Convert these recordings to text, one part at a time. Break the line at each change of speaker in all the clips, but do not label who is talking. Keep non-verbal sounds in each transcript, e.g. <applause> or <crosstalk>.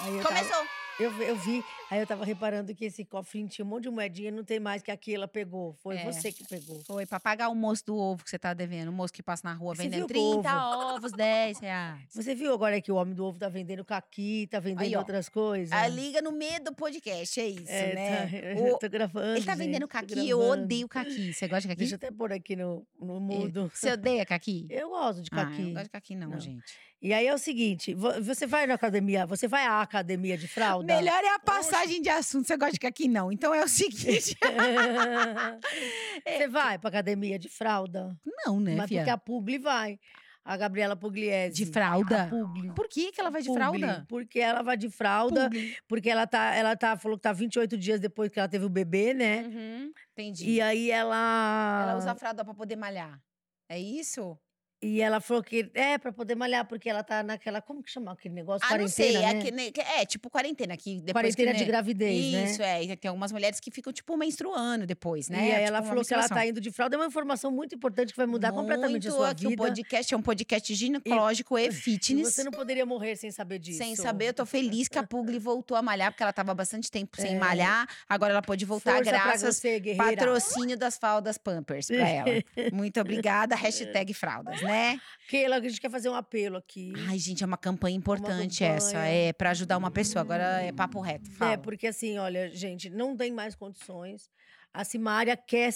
Aí eu tava-
Começou.
eu, eu vi, aí eu tava reparando que esse cofrinho tinha um monte de moedinha, não tem mais que aquilo ela pagou. Foi
É.
você que pegou.
Foi pra pagar o moço do ovo que você tá devendo. O moço que passa na rua
Você viu
vendendo
o
30 ovos, 10 reais.
Você viu agora que o homem do ovo tá vendendo caqui, tá vendendo
Aí, ó.
outras coisas?
Ah,
A liga no meio do podcast, é isso,
É,
né?
tá,
O-
<laughs> eu tô gravando.
Ele tá
gente,
vendendo
tô
caqui, eu
gravando.
odeio caqui. Você gosta de caqui?
Deixa eu até pôr aqui no, no mudo.
Você odeia caqui?
<laughs> Eu gosto de
Ah, eu
caqui.
não gosto de caqui não,
Não.
gente.
E aí é o seguinte: vo- você vai na academia, você vai à academia de fralda?
Melhor é a passagem de assunto. Você gosta de caqui não. Então é o seguinte.
<laughs> você vai pra academia de fralda?
<laughs> não, né,
Mas
fia?
porque a Pugli vai. A Gabriela Pugliese.
De fralda?
A Pugli.
Por que que ela vai de
Publi,
fralda?
Porque ela vai de fralda,
Publi.
porque ela tá, ela tá, falou que tá 28 dias depois que ela teve o bebê, né?
Uhum, entendi.
E aí ela.
Ela usa a fralda pra poder malhar. É isso?
E ela falou que é pra poder malhar, porque ela tá naquela. Como que chama aquele negócio?
Ah, não sei.
quarentena,
É,
né?
que nem- que- é, tipo quarentena aqui. Depois
quarentena
que,
de
né?
gravidez, né?
isso, é. E tem algumas mulheres que ficam, tipo, menstruando depois, né?
E aí
Tipo,
ela
uma
falou que ela
menstruação.
tá indo de fralda. É uma informação muito importante que vai mudar completamente a
Muito
sua
aqui, O
vida.
podcast é um podcast ginecológico e,
<laughs> E
fitness.
você não poderia morrer sem saber disso.
Sem saber, eu tô
né?
feliz que
<laughs>
a Pugli voltou a malhar, porque ela tava bastante tempo sem malhar. Agora ela pôde voltar,
É. Força pra
graças
você, guerreira.
patrocínio das fraldas Pampers pra
<laughs>
ela. Muito obrigada, hashtag fraldas, né?
Keila, a gente quer fazer um apelo aqui.
Ai, gente, é uma campanha importante
campanha.
essa, é, pra ajudar uma pessoa. Agora é papo reto, fala.
É, porque assim, olha, gente, não tem mais condições. A Simária quer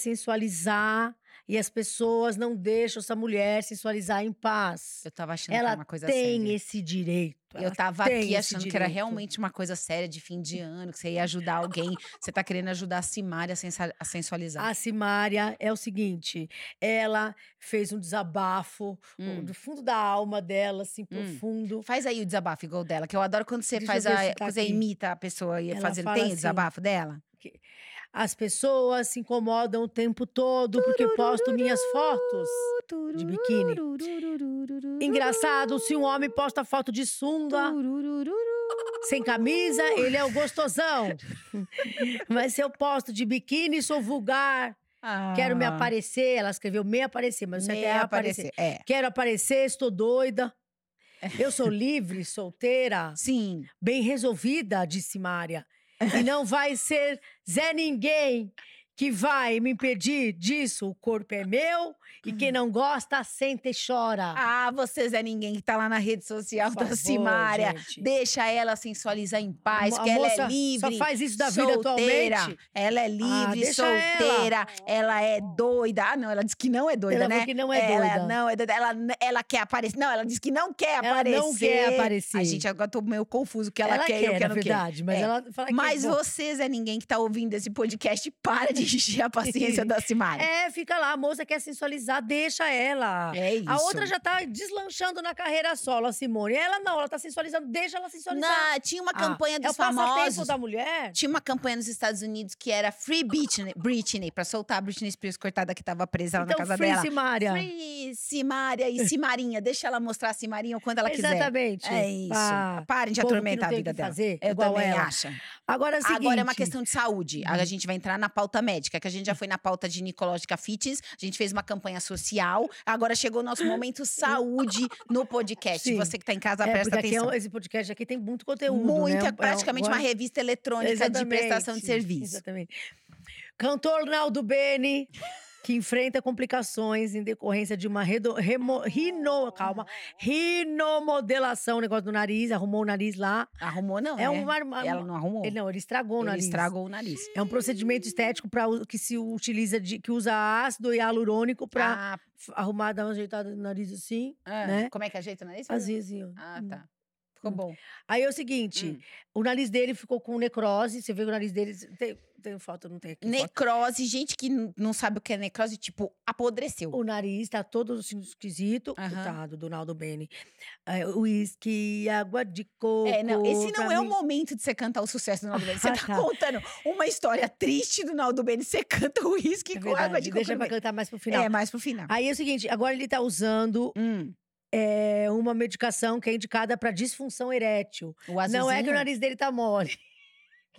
sensualizar e as pessoas não deixam essa mulher sensualizar em paz.
Eu tava achando que
Ela
era uma coisa
tem
séria.
esse direito.
Eu
Ela
tava
tem
aqui
esse
achando que era
direito.
realmente uma coisa séria de fim de ano, que você ia ajudar alguém. Você tá querendo ajudar a Simária a sensa- a sensualizar.
A Simária é o seguinte, ela fez um desabafo
Hum.
do fundo da alma dela, assim, profundo.
Faz aí o desabafo igual dela, que eu adoro quando você
Deixa
faz
eu ver
a.
se tá
quando você
aqui.
imita a pessoa e
Ela
fazendo.
fala
Tem o
assim,
desabafo dela?
As pessoas se incomodam o tempo todo porque posto minhas fotos de biquíni. Engraçado, se um homem posta foto de
Ah.
sunga, sem camisa, ele é o
<laughs>
gostosão. mas se eu posto de biquíni, sou vulgar. Quero me aparecer. Ela escreveu me aparecer, mas você
Ah. Me
quer aparecer.
aparecer. É.
Quero aparecer, estou
<laughs>
doida. Eu sou livre, solteira,
Sim.
bem resolvida, disse Mária. E
<laughs>
não vai ser Zé Ninguém que vai me impedir disso. O corpo é meu e quem não gosta, senta e chora.
Ah, vocês é ninguém que tá lá na rede social
Por
da
favor,
Simária.
gente.
Deixa ela sensualizar em paz,
A
que ela
moça
é livre.
Só faz isso da vida
solteira.
atualmente. Ah,
Ela é livre,
deixa
solteira. Ela. é doida. Ah, não, ela diz que não é doida,
Ela
né?
falou que não é
Ela
doida.
não é doida. Ela, ela quer aparecer. Não, ela diz que não quer
Ela
aparecer.
não quer aparecer.
A gente agora tô meio confuso o que ela, quer e o que
na
ela não quer.
verdade, mas
É.
ela fala que
Mas
é bom.
vocês é ninguém que tá ouvindo esse podcast. Para de encher
<laughs>
a paciência da Simária.
É, fica lá, a moça quer sensualizar, deixa ela.
É isso.
A outra já tá deslanchando na carreira solo, a Simone. Ela não, ela tá sensualizando, deixa ela sensualizar.
Não, tinha uma
Ah,
campanha
é
dos
o passatempo
famosos.
da mulher.
Tinha uma campanha nos Estados Unidos que era Free Britney, Britney pra soltar a Britney Spears, coitada que tava presa lá na
Então,
casa
Free
dela.
Simária.
Free Simária e Simarinha. Deixa ela mostrar a Simarinha o quanto ela quiser.
Exatamente.
É isso.
Ah,
Parem de
povo que não
atormentar a
tem o
vida
que
dela.
fazer,
Eu
igual
também
ela.
acho.
Agora é o seguinte. Uhum.
Agora é uma questão de saúde. A gente vai entrar na pauta médica, que
<laughs>
a gente já foi na pauta de ginecológica fitness, a gente fez uma campanha social, agora chegou o nosso momento saúde no podcast.
Sim.
Você que tá em casa,
É,
presta
porque aqui é
atenção.
um- esse podcast aqui tem muito conteúdo.
Muito,
né?
é praticamente uma revista eletrônica de prestação de
Exatamente,
serviço.
Exatamente. Cantor Naldo Bene, que enfrenta complicações em decorrência de uma redo, remo,
Ah.
rino, calma, rinomodelação, negócio do nariz, arrumou o nariz lá.
Arrumou, não.
É
né?
uma- uma-
Ela não arrumou.
Ele não, ele estragou o
Ele
nariz.
estragou o nariz.
É um procedimento estético para que se utiliza de, que usa ácido hialurônico para
Ah,
arrumar dar uma ajeitada no nariz assim,
ah,
né?
Como é que ajeita o nariz?
Fazia assim, ó.
Ah, tá. Hum. Ficou bom.
Aí é o seguinte, o nariz dele ficou com necrose, você vê que o nariz dele tem, tem foto, não tem aqui. foto.
Necrose, gente que n- não sabe o que é necrose, tipo, apodreceu.
O nariz tá todo assim, esquisito.
Aham.
Coitado do Naldo Bene. É, Uísque, água de coco.
É, não, esse não
pra
é o
mim.
momento de você cantar o sucesso do Naldo Bene. Você
<laughs> Ah,
tá,
tá.
contando uma história triste do Naldo Bene, você canta o uísque
É
com água
verdade,
de coco.
Deixa
no
pra
meio.
cantar mais pro final.
É, mais pro final.
Aí é o seguinte, agora ele tá usando
Hum,
é, uma medicação que é indicada pra disfunção erétil.
o azulzinho,
Não é que o nariz dele tá mole.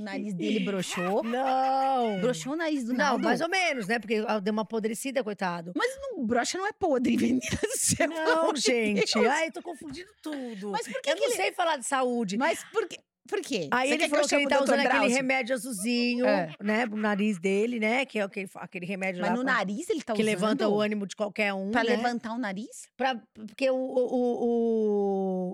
o nariz dele
<laughs>
broxou.
Não!
Broxou o nariz do
Não,
Naldo.
mais ou menos, né? Porque ah, deu uma apodrecida, coitado.
Mas não, broxa não é podre, <laughs> menina do céu. <laughs> pelo
Não,
amor de
gente.
Deus.
Ai, eu tô confundindo tudo.
Mas por que
eu
que
não
ele-
sei falar de saúde.
Mas porque Por quê?
Aí
Você
ele
quer
falou
eu
que ele
chame
tá
é o Dr.
usando aquele
Drauzio?
remédio azulzinho,
É.
né? Pro nariz dele, né? Que é aquele, aquele remédio
Mas
lá
no
pra-
nariz ele tá
que
usando?
levanta o ânimo de qualquer um.
Pra
né?
levantar o nariz?
Pra- porque o. o- o-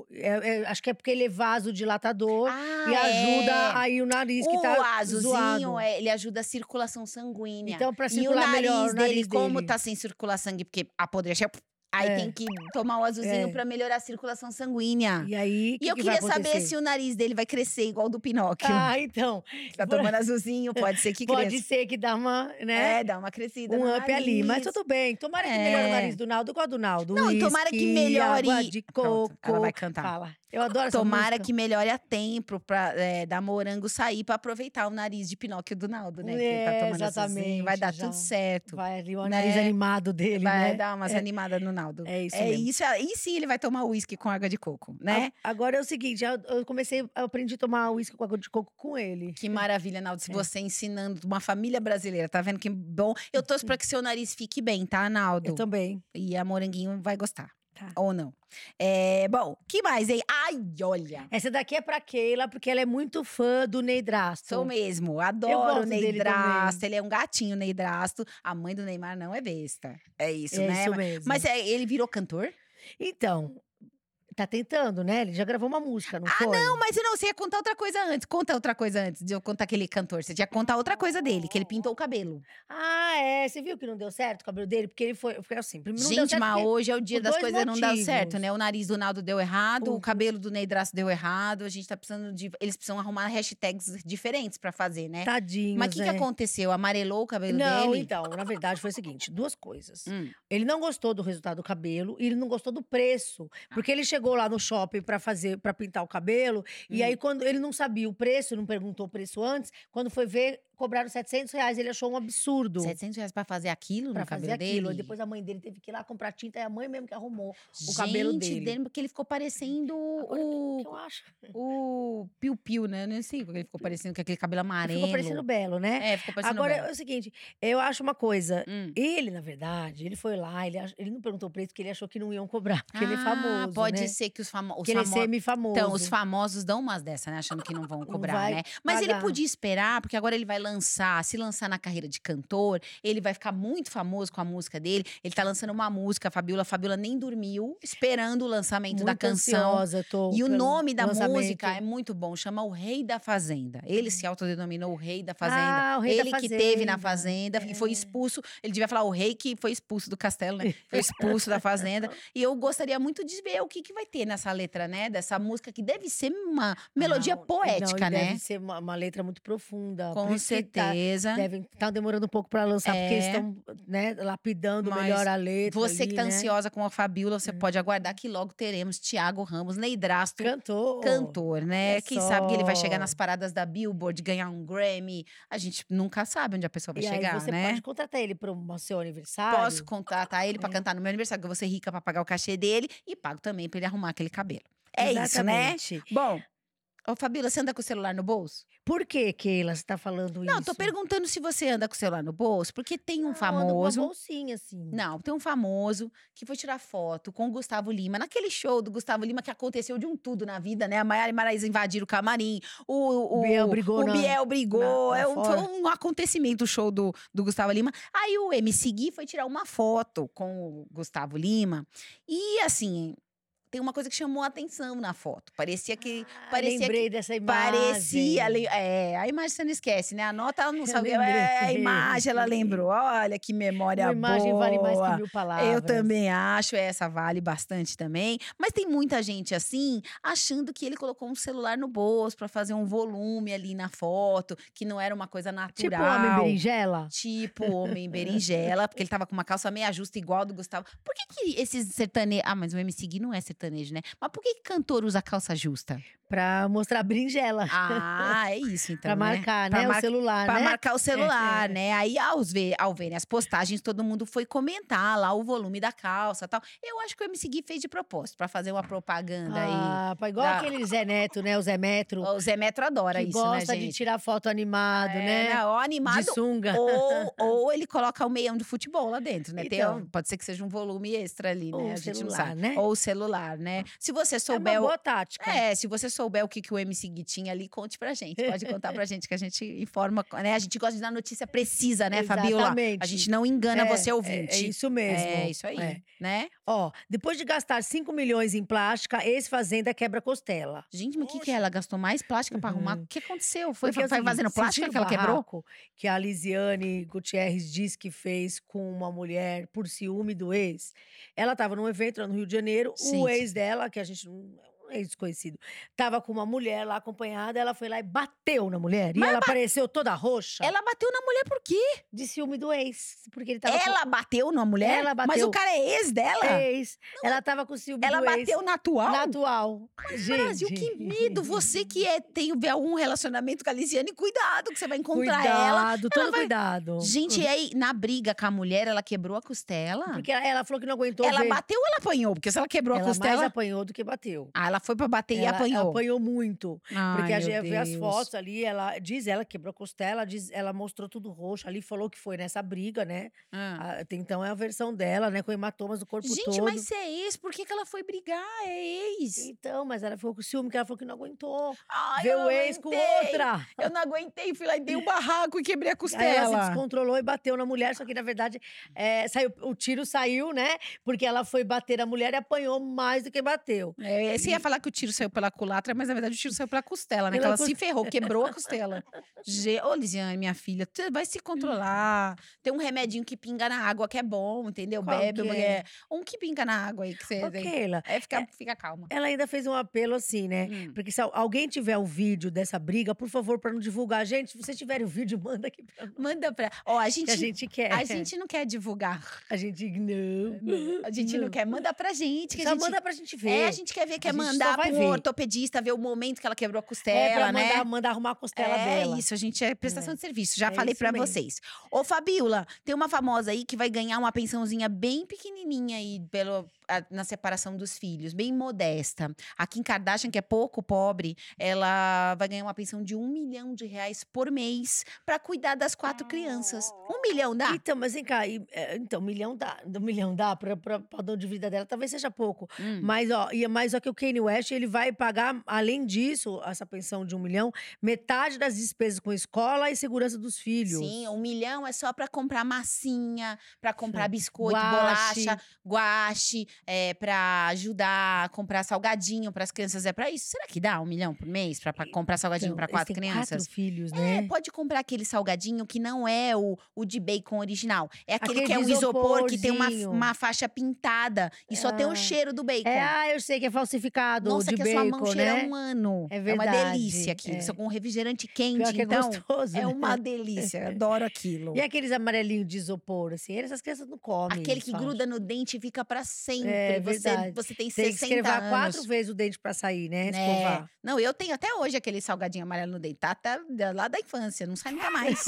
o- é- é- acho que é porque ele é vasodilatador
Ah,
e ajuda
é.
aí o nariz que
o
tá.
azuzinho,
zoado.
é, ele ajuda a circulação sanguínea.
Então, pra
e o
circular
nariz,
melhor o nariz
dele, como
dele.
tá sem circular sangue, porque apodreceu, aí
É.
tem que tomar o azuzinho
É.
pra melhorar a circulação sanguínea.
E aí.
E eu queria saber se o nariz dele vai crescer igual o do Pinóquio. <laughs>
Ah, então.
tá tomando azuzinho, pode ser
<laughs>
que
Pode
cresça.
ser que dá uma. Né?
É, dá uma crescida
um
no
up ali. Mas
nariz.
tudo bem. Tomara que melhore o
É.
nariz do Naldo. Eu gosto do Naldo.
Não, e tomara que
Whisky,
melhore-
Água de
Pronto,
coco.
ela vai cantar.
Fala. Eu adoro essa
Tomara
música.
que melhore a tempo pra é, dar morango sair pra aproveitar o nariz de Pinóquio do Naldo, né? que ele tá
É,
tomando azuzinho, Vai
exatamente,
dar
já.
tudo certo.
Vai ali o
né?
nariz animado dele,
vai
né?
dar umas
É.
animadas no Naldo.
É isso
É
mesmo.
isso, aí sim ele vai tomar uísque com água de coco, né?
A- Agora é o seguinte, eu eu comecei, eu aprendi a tomar uísque com água de coco com ele.
Que maravilha, Naldo, se
É.
você ensinando uma família brasileira, tá vendo que bom? Eu torço pra que seu nariz fique bem, tá, Naldo?
Eu também.
E a Moranguinho vai gostar.
Tá.
Ou não. É, bom, que mais, hein? Ai, olha!
Essa daqui é pra Keila, porque ela é muito fã do Ney Drasto.
Sou mesmo,
gosto
adoro o Ney
dele
Drasto. Ele é um gatinho, Ney Drasto. A mãe do Neymar não é besta. É isso,
é
né?
isso
Mas-
mesmo.
Mas é, ele virou cantor?
Então, tá tentando, né? Ele já gravou uma música, não foi?
Ah, Não, mas não, você ia contar outra coisa antes. Conta outra coisa antes de eu contar aquele cantor. Você tinha que contar outra coisa dele, que ele pintou o cabelo.
Ah, é. Você viu que não deu certo o cabelo dele? Porque ele foi, foi assim, primeiro não deu
Gente,
certo
mas
porque-
hoje é o dia
por
das
dois
coisas não dar certo,
motivos.
né? O nariz do Naldo deu errado,
Uhum.
o cabelo do Ney Draço deu errado. A gente tá precisando de. Eles precisam arrumar hashtags diferentes pra fazer, né?
Tadinhos,
mas o que,
né?
que aconteceu? Amarelou o cabelo
Não,
dele?
então, na verdade foi o seguinte, duas coisas.
Hum.
Ele não gostou do resultado do cabelo e ele não gostou do preço,
Ah.
porque ele chegou lá no shopping para fazer, para pintar o cabelo, e
Hum.
aí quando ele não sabia o preço, não perguntou o preço antes, quando foi ver cobraram 700 reais, ele achou um absurdo.
700 reais pra fazer aquilo
Pra
no cabelo
fazer aquilo. Aí
dele?
Depois a mãe dele teve que ir lá comprar tinta e a mãe mesmo que arrumou.
Gente,
cabelo dele.
Porque ele ficou parecendo
Agora,
o,
que eu acho.
o Piu Piu, né? Eu nem sei porque ele ficou parecendo com aquele cabelo amarelo.
Ficou parecendo belo, né?
É, ficou parecendo
Agora
belo.
é o seguinte, eu acho uma coisa.
Hum.
Ele, na verdade, ele foi lá, ele, ach- ele não perguntou o preço porque ele achou que não iam cobrar, porque ele é
Ah,
famoso.
Pode
né?
ser que os, famo os
que ele é
famosos.
semi-famoso.
Então, os famosos dão umas dessa, né? Achando que não vão cobrar,
vai
né? Mas
pagar.
ele podia esperar, porque agora ele vai lançar. Se lançar na carreira de cantor, ele vai ficar muito famoso com a música dele. Ele tá lançando uma música, a Fabiola. A Fabiola nem dormiu, esperando o lançamento da
Muito
canção.
ansiosa, tô
E o
pelo
nome da
lançamento.
música é muito bom, chama O Rei da Fazenda. Ele se autodenominou o Rei da Fazenda.
Ah, o Rei da
ele que teve na
Fazenda,
Fazenda e foi
é.
expulso. Ele devia falar o rei que foi expulso do castelo,
<laughs>
né? Foi expulso da Fazenda. E eu gostaria muito de ver o que, que vai ter nessa letra, né? Dessa música que deve ser uma melodia
Ah, Não, não,
poética,
e
né?
Deve ser uma, uma letra muito profunda. por
Com
isso que tá-
certeza.
Devem estar demorando um pouco para lançar, porque eles
É.
estão né, lapidando
Mas
melhor a letra.
Você que
ali,
tá
né? Hum.
ansiosa com a Fabiola, você pode aguardar que logo teremos Tiago Ramos, Neidrasto,
Cantor.
cantor, né?
olha
Quem sabe que ele vai
só.
chegar nas paradas da Billboard, ganhar um Grammy. A gente nunca sabe onde a pessoa vai
E
chegar,
aí você
né?
pode contratar ele para o seu aniversário.
Posso contratar ele pra cantar no meu aniversário, que eu vou ser rica pra pagar o cachê dele e pago também pra ele arrumar aquele cabelo. É isso,
Exatamente.
né? Bom, ô Fabíola, você anda com o celular no bolso?
Por que, Keila, você tá falando isso?
Não, tô perguntando se você anda com o celular no bolso, porque tem
Ah, eu
um
ando com Uma
famoso.
bolsinha, assim.
Não, tem um famoso que foi tirar foto com o Gustavo Lima, naquele show do Gustavo Lima que aconteceu de um tudo na vida, né? A Maiara e Maraísa invadiram o camarim, o, o,
Biel brigou
o
na-
Biel brigou,
na- lá
é um- foi
fora.
um acontecimento o show do, do Gustavo Lima. Aí o MC Gui foi tirar uma foto com o Gustavo Lima e, assim, tem uma coisa que chamou a atenção na foto. Parecia que...
Ah,
parecia que-
lembrei dessa imagem.
Parecia. le- É, a imagem você não esquece, né? A nota ela não
Eu
sabe.
lembrei.
É, a imagem ela lembrou. Olha que memória
Uma imagem
boa.
vale mais que mil palavras.
Eu também acho, essa vale bastante também. Mas tem muita gente assim, achando que ele colocou um celular no bolso pra fazer um volume ali na foto, que não era uma coisa
Tipo
natural.
homem berinjela?
Tipo homem berinjela, porque ele tava com uma calça meia justa igual a do Gustavo. Por que que esses sertanejos... Ah, mas o MC Gui não é sertanejo, né? Mas por que que cantor usa calça justa?
Pra mostrar a berinjela.
Ah, é isso então,
pra
né?
marcar,
Pra
né?
mar-
O celular,
Pra
né?
marcar o celular,
é.
né? Aí, ao ver, ao verem as postagens, todo mundo foi comentar lá o volume da calça e tal. Eu acho que o MC Gui fez de propósito, pra fazer uma propaganda aí.
Ah, pra- igual
Pra-
aquele Zé Neto, né? O Zé Metro.
O Zé Metro adora
que
isso,
gosta
né,
de
gente?
tirar foto animado,
É,
né?
não, ou animado,
De sunga. É <laughs>
ou, ou ele coloca o meião de futebol lá dentro, né? Tem-
Então.
pode ser que seja um volume extra ali, né?
Ou
a
o
gente não
celular,
sabe.
né?
Ou o celular, olhar, né? Se você
É
souber.
uma
o-
boa tática.
É, se você souber o que, que o MC Gui tinha ali, conte pra gente. Pode
<laughs>
contar pra gente, que a gente informa, né? A gente gosta de dar notícia precisa, né, Fabiola?
Exatamente.
A gente não engana
É,
você
É,
ouvinte.
é isso mesmo.
É isso aí,
É.
né?
Ó, depois de gastar 5 milhões em plástica, ex-fazenda quebra costela.
Gente, mas o que, que é? Ela gastou mais plástica pra arrumar?
Uhum.
O que aconteceu? Foi,
Porque
foi
é o seguinte,
fazendo plástica
sentindo
que ela quebrou?
barraco Que a Lisiane Gutierrez diz que fez com uma mulher por ciúme do ex. Ela estava num evento lá no Rio de Janeiro, o
Gente.
ex dela, que a gente não um ex desconhecido, estava com uma mulher lá acompanhada, ela foi lá e bateu na mulher. e ela apareceu toda roxa
Ela bateu na mulher por quê?
de ciúme do ex. Porque ele estava
ela bateu na mulher?
Ela
Mas
bateu.
o cara é ex
com
dela?
ex. Ela tava com ciúme
é Ela
do ex.
bateu na atual?
Na atual.
Brasil,
Gente.
que medo! Você que é, tem algum relacionamento com a Lisiane, cuidado que você vai encontrar
cuidado,
ela.
todo
vai-
cuidado.
Gente, e aí, na briga com a mulher, ela quebrou a costela?
Uhum. Porque ela, ela falou que não aguentou
ela
ver.
bateu ou ela apanhou? Porque se ela quebrou
ela
a costela.
mais apanhou do que bateu.
Ah, ela foi pra bater e
ela
apanhou.
apanhou muito.
Ai,
Porque a
meu
gente vê as
Deus.
fotos ali, ela diz, ela quebrou a costela, diz, ela mostrou tudo roxo ali, falou que foi nessa briga, né?
Ah.
Ah, até então é a versão dela, né? Com hematomas do corpo
Gente,
todo.
mas se é ex, por que, que ela foi brigar? É ex.
Então, mas ela ficou com ciúme, que ela falou que não aguentou.
Ai,
ver
eu
o
não
ex com
aguentei.
outra.
Eu não aguentei, fui lá e dei um barraco e quebrei a costela.
Aí ela se descontrolou e bateu na mulher, só que na verdade é, saiu, o tiro saiu, né? Porque ela foi bater a mulher e apanhou mais do que bateu.
É, você ia falar que o tiro saiu pela culatra, mas na verdade o tiro saiu pela costela, né? Que
Pela
ela se ferrou, quebrou
<laughs>
a costela. Ge- Ô, Lisiane, minha filha, tu vai se controlar. Tem um remedinho que pinga na água que é bom, entendeu?
Qual
Bebe,
que é?
mulher. Um que pinga na água aí que você.
Ô, Keila,
É, fica, fica calma.
ela ainda fez um apelo assim, né?
Hum.
Porque se al- alguém tiver um vídeo dessa briga, por favor, pra não divulgar. Gente, se vocês tiverem o vídeo, <laughs> manda aqui pra nós.
Manda pra. Ó, a
Que a
gente.
gente é. quer.
A gente não quer divulgar.
A gente não.
A gente não, quer. Manda pra gente. Que
Só
a gente...
Uhum. manda pra gente ver.
É, a gente quer ver, quer
gente só
mandar
vai
pra um
ver.
ortopedista, ver o momento que ela quebrou a costela,
é pra
né?
mandar, mandar arrumar a costela
é
dela.
isso, a gente é prestação de serviço, já
É
falei
isso
pra
mesmo.
vocês. Ô, Fabiola, tem uma famosa aí que vai ganhar uma pensãozinha bem pequenininha aí pelo, a- na separação dos filhos, bem modesta. A Kim Kardashian, que é pouco pobre, ela vai ganhar uma pensão de um milhão de reais por mês pra cuidar das
Ah.
quatro crianças. Um milhão dá?
Então, mas vem cá, e, é, então, milhão dá, um milhão dá pra, pra padrão de vida dela, talvez seja pouco.
Hum.
Mas, ó, e, mas só que o Kanye West, ele vai pagar, além disso, essa pensão de um milhão, metade das despesas com escola e segurança dos filhos.
Sim, um milhão é só pra comprar massinha, pra comprar biscoito,
Guache.
bolacha, guache, é, para ajudar a comprar salgadinho pras crianças. É pra isso. Será que dá um milhão por mês pra, pra comprar salgadinho
Então,
pra
eles
quatro
têm
crianças?
Quatro filhos,
É,
né?
pode comprar aquele salgadinho que não é o, o de bacon original. É aquele,
Aquele
que é um isopor que tem uma,
isoporzinho.
uma faixa pintada e só tem
Ah.
o cheiro do bacon.
É, ah, eu sei que é falsificado
Nossa,
de
que a
bacon,
sua mão cheira
né?
um ano.
É
É
verdade,
uma delícia aquilo.
é.
Só com um refrigerante quente,
Pior que é
então.
gostoso.
É
né?
uma
<laughs>
delícia, adoro aquilo.
E aqueles amarelinhos de isopor, assim, essas crianças não comem.
Aquele que
fala.
gruda no dente e fica pra sempre.
É
você,
verdade.
você tem
Tem que
60
escrevar
anos.
quatro vezes o dente pra sair, né?
né?
Escovar.
Não, eu tenho até hoje aquele salgadinho amarelo no dente. Tá, tá lá da infância, não sai nunca
<laughs>
mais.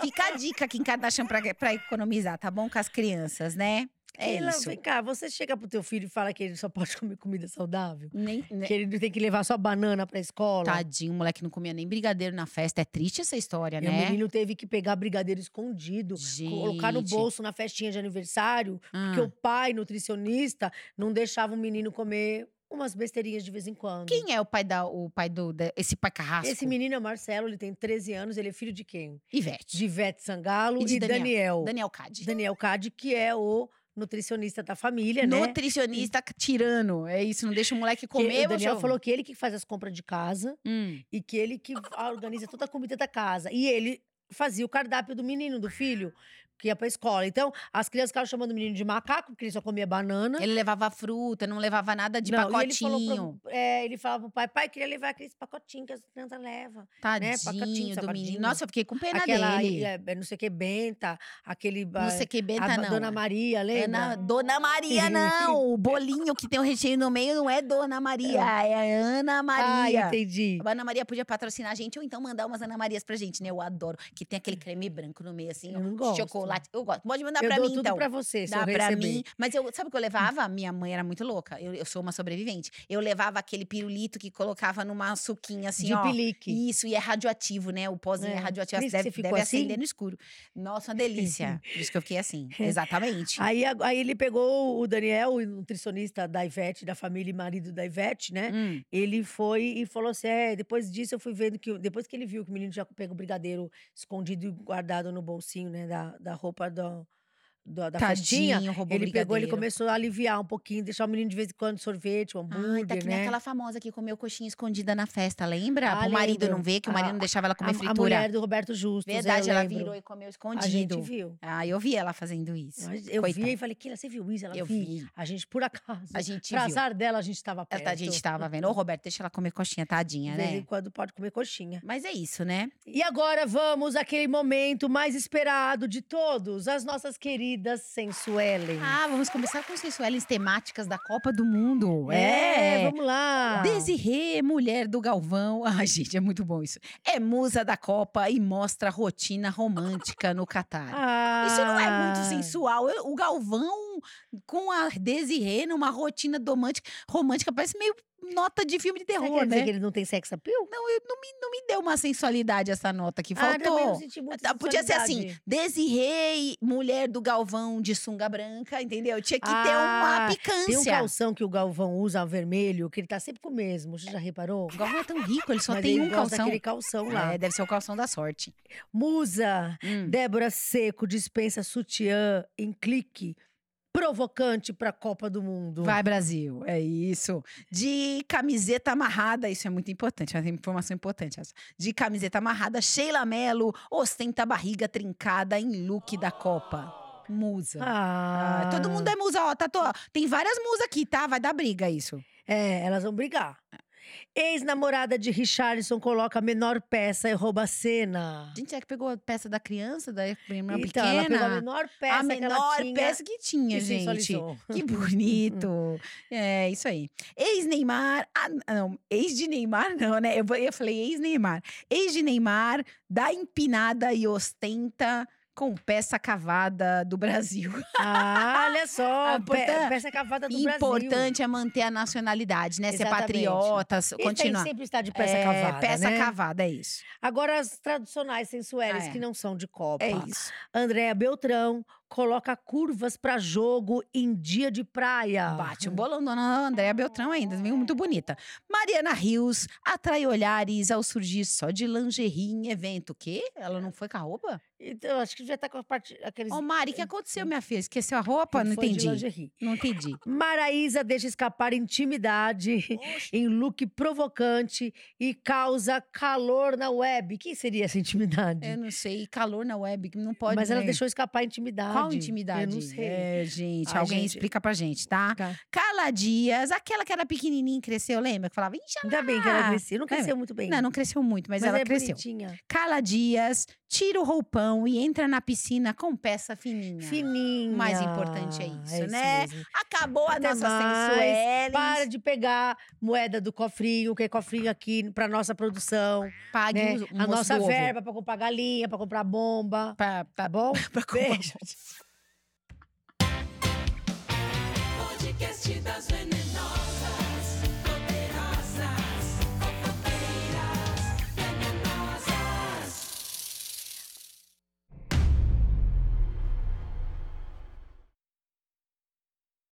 fica a dica aqui em Kardashian pra, pra economizar, tá bom? Com as crianças, né? É
Keila,
isso.
Vem cá, você chega pro teu filho e fala que ele só pode <laughs> comer comida saudável?
Nem, ne-
Que ele tem que levar só banana pra escola?
Tadinho, o moleque não comia nem brigadeiro na festa. É triste essa história,
E o
né?
menino teve que pegar brigadeiro escondido, colocar no
Gente.
bolso na festinha de aniversário,
Ah.
porque o pai, nutricionista, não deixava o menino comer umas besteirinhas de vez em quando.
Quem é o pai da o pai do da- esse pai carrasco?
Esse menino é o Marcelo, ele tem 13 anos, ele é filho de quem?
Ivete.
De Ivete Sangalo
E
e,
de
Daniel. Daniel.
Daniel Cade.
Cade, que é o nutricionista da família, né?
Nutricionista tirano. É isso, não deixa o moleque
Que
comer.
o Daniel
mochão.
falou que ele que faz as compras de casa
Hum.
e que ele que ah, organiza toda a comida da casa. E ele fazia o cardápio do menino, do filho, que ia pra escola. Então, as crianças ficaram chamando o menino de macaco, porque ele só comia banana.
Ele levava fruta, não levava nada de
Não, e ele
pacotinho.
falou pro- é, ele falava pro pai, pai, queria levar aqueles pacotinhos que as crianças levam.
Tadinho
né, pacotinho,
do menino.
salgadinho.
Nossa, eu fiquei com pena
Aquela,
dele.
é, é, não sei o que, Benta, aquele... ah,
não sei que
a,
benta,
a
não.
Dona Maria, né?
É
lembra?
na- Dona
<laughs>
Maria, não! O bolinho que tem o recheio no meio não é Dona Maria, é Ana
Ah,
Maria.
entendi.
a Ana Maria podia patrocinar a gente ou então mandar umas Ana Marias pra gente, né? Eu adoro. Que tem aquele creme branco no meio, assim,
Eu
ó,
não gosto,
chocolate. Eu gosto. Pode mandar
eu
pra
dou
mim,
tudo
então.
pra você, se
Dá
eu
pra
receber.
mim. Mas eu, sabe o que eu levava? Minha mãe era muito louca. Eu, eu sou uma sobrevivente. Eu levava aquele pirulito que colocava numa suquinha assim,
de
ó.
pelique.
Isso, e é radioativo, né? O pozinho é,
É.
radioativo.
Por isso
deve
que você ficou
deve
assim? É.
acender no escuro. Nossa, uma
<laughs>
delícia. Por isso que eu fiquei assim. Exatamente.
Aí, a- aí ele pegou o Daniel, o nutricionista da Ivete, da família e marido da Ivete, né?
Hum.
Ele foi e falou assim: é, depois disso eu fui vendo que. o- Depois que ele viu que o menino já pegou o brigadeiro escondido e guardado no bolsinho, né? Da, da roupa do, do- da festinha.
Tadinho, roubou
Ele pegou, ele
brigadeiro.
começou a aliviar um pouquinho, deixar o menino de vez em quando sorvete, um
Ai,
hambúrguer,
tá que nem
né?
aquela famosa que comeu coxinha escondida na festa, lembra?
Ah,
Pro marido
lembro.
não ver, que o
A-
marido não deixava ela
A-
comer
a,
fritura.
mulher do Roberto Justus. eu
Verdade, ela
lembro.
virou e comeu
A gente
escondido.
viu.
Ah, eu vi ela fazendo isso.
Mas Eu
Coitada.
vi e falei, Kila, você viu isso? Ela
Eu
vi.
vi.
A gente, por acaso.
A gente
pra
viu.
azar dela, a gente estava
Ela
perto.
tá- A gente tava vendo. Ô, Roberto, deixa ela comer coxinha, tadinha,
De vez em
né?
quando pode comer coxinha.
Mas é isso, né?
E agora vamos àquele momento mais esperado de todos, as nossas queridas Sensuelen.
Ah, vamos começar com sensuais temáticas da Copa do Mundo.
é, vamos lá.
Desirê, mulher do Galvão. <laughs> Ai, gente, é muito bom isso. É musa da Copa e mostra rotina romântica no Catar.
Ah.
Isso não é muito sensual. Eu- o Galvão com a Desirê numa rotina domântica- romântica parece meio nota de filme de
Será que
terror,
quer dizer
né?
que ele não tem sex appeal?
Não, eu- não, me, não me deu uma sensualidade essa nota que
Ah, também não
faltou.
senti muito
Ah, Podia ser assim,
sensualidade.
Desirrei, mulher do Galvão de sunga branca, entendeu? Tinha que ter
Ah,
uma
Tem um
picância.
calção que o Galvão usa vermelho, que ele tá sempre com o mesmo. Você já reparou?
O Galvão é tão rico, ele só
Mas
tem
ele
um
gosta
calção.
daquele calção lá.
É, deve ser o calção da sorte.
Musa,
Hum.
Débora Seco dispensa sutiã em clique provocante pra Copa do Mundo.
Vai, Brasil. É isso. De camiseta amarrada, isso é muito importante, é uma informação importante essa. De camiseta amarrada, Sheila Mello ostenta a barriga trincada em look da Copa. Musa.
Ah,
Ah, todo mundo é musa, ó, tá, tô, Tem várias musas aqui, tá? Vai dar briga isso.
É, elas vão brigar. Ex-namorada de Richardson coloca a menor peça e rouba a cena.
A gente é que pegou a peça da criança, da prima
Então,
é pequena.
ela pegou a menor peça
a
que ela
menor
tinha
peça que tinha,
e
gente. <laughs>
sensualizou. <laughs>
Que bonito. É, isso aí. Ex-Neymar. Ah, não. Ex de Neymar, não, né? Eu, vou- eu falei ex-Neymar. Ex de Neymar dá empinada e ostenta com peça cavada do
<laughs>
Brasil.
Ah, olha só,
Ah,
pe-
portan-
peça cavada do Brasil.
Importante é manter a nacionalidade, né? Ser
Exatamente.
patriota,
E
continuar.
tem sempre estar de peça
É,
cavada,
Peça
né?
cavada, é isso.
Agora as tradicionais sensuais
Ah, é.
que não são de Copa.
É isso.
Andréa Beltrão coloca curvas pra jogo em dia de praia.
Bate um bolão, dona Andréa Beltrão ainda, viu? Muito bonita. Mariana Rios atrai olhares ao surgir só de lingerie em evento. O quê? Ela não foi com a roupa?
<laughs> Então, acho que já tá com a parte, aqueles...
Ô, Mari, o que aconteceu, minha filha? Esqueceu a roupa? Não
é. foi de
entendi.
lingerie.
Não entendi.
Maraísa deixa escapar intimidade em look provocante e causa calor na web. Quem seria essa intimidade?
Eu É, não sei. Calor na web, que não pode.
Mas ela
né?
deixou escapar intimidade.
Qual intimidade?
Eu não sei.
É, gente,
Ai,
alguém
gente.
explica pra gente, tá?
Tá.
Carla Dias, aquela que era pequenininha e cresceu, lembra? Que falava, "Ixi,
Ainda bem que ela
Ah,
cresceu. Não cresceu muito bem.
não, não cresceu muito, mas,
mas
ela
é
cresceu.
bonitinha.
Carla Dias tira o roupão e entra na piscina com peça fininha.
Fininha.
Mais importante é isso, né?
mesmo.
Acabou a
Até
nossa
mais.
sensuela.
Para de pegar moeda do cofrinho, que é cofrinho aqui pra nossa produção.
Pague
né?
o- o
A
moço
nossa
do ovo.
verba pra comprar galinha, pra comprar bomba.
Pra, pra,
Tá bom?
<laughs> pra comprar
Beijo.
podcast das Vênus.